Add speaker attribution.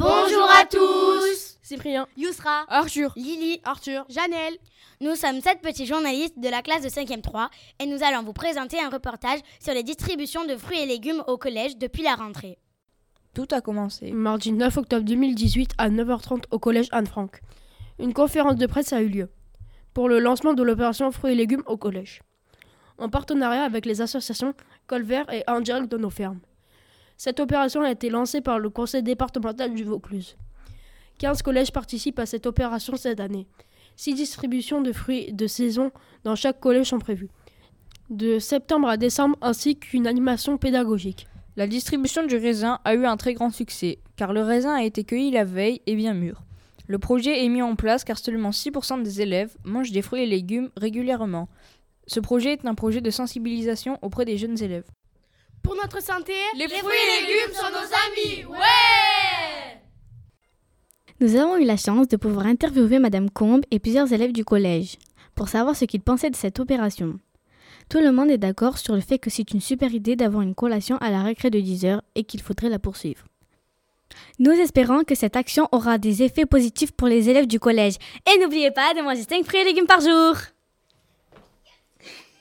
Speaker 1: à tous
Speaker 2: Cyprien,
Speaker 3: Yousra,
Speaker 2: Arjure,
Speaker 3: Lily, Arthur, Janelle.
Speaker 4: Nous sommes sept petits journalistes de la classe de 5e 3 et nous allons vous présenter un reportage sur les distributions de fruits et légumes au collège depuis la rentrée.
Speaker 5: Tout a commencé.
Speaker 2: mardi 9 octobre 2018 à 9h30 au collège Anne-Franck. Une conférence de presse a eu lieu pour le lancement de l'opération Fruits et légumes au collège, en partenariat avec les associations Colvert et Angel de nos fermes. Cette opération a été lancée par le conseil départemental du Vaucluse. 15 collèges participent à cette opération cette année. 6 distributions de fruits de saison dans chaque collège sont prévues, de septembre à décembre ainsi qu'une animation pédagogique.
Speaker 5: La distribution du raisin a eu un très grand succès, car le raisin a été cueilli la veille et bien mûr. Le projet est mis en place car seulement 6% des élèves mangent des fruits et légumes régulièrement. Ce projet est un projet de sensibilisation auprès des jeunes élèves.
Speaker 3: Pour notre santé,
Speaker 1: Les fruits et légumes sont nos amis Ouais
Speaker 6: Nous avons eu la chance de pouvoir interviewer Madame Combe et plusieurs élèves du collège pour savoir ce qu'ils pensaient de cette opération. Tout le monde est d'accord sur le fait que c'est une super idée d'avoir une collation à la récré de 10 heures et qu'il faudrait la poursuivre. Nous espérons que cette action aura des effets positifs pour les élèves du collège. Et n'oubliez pas de manger 5 fruits et légumes par jour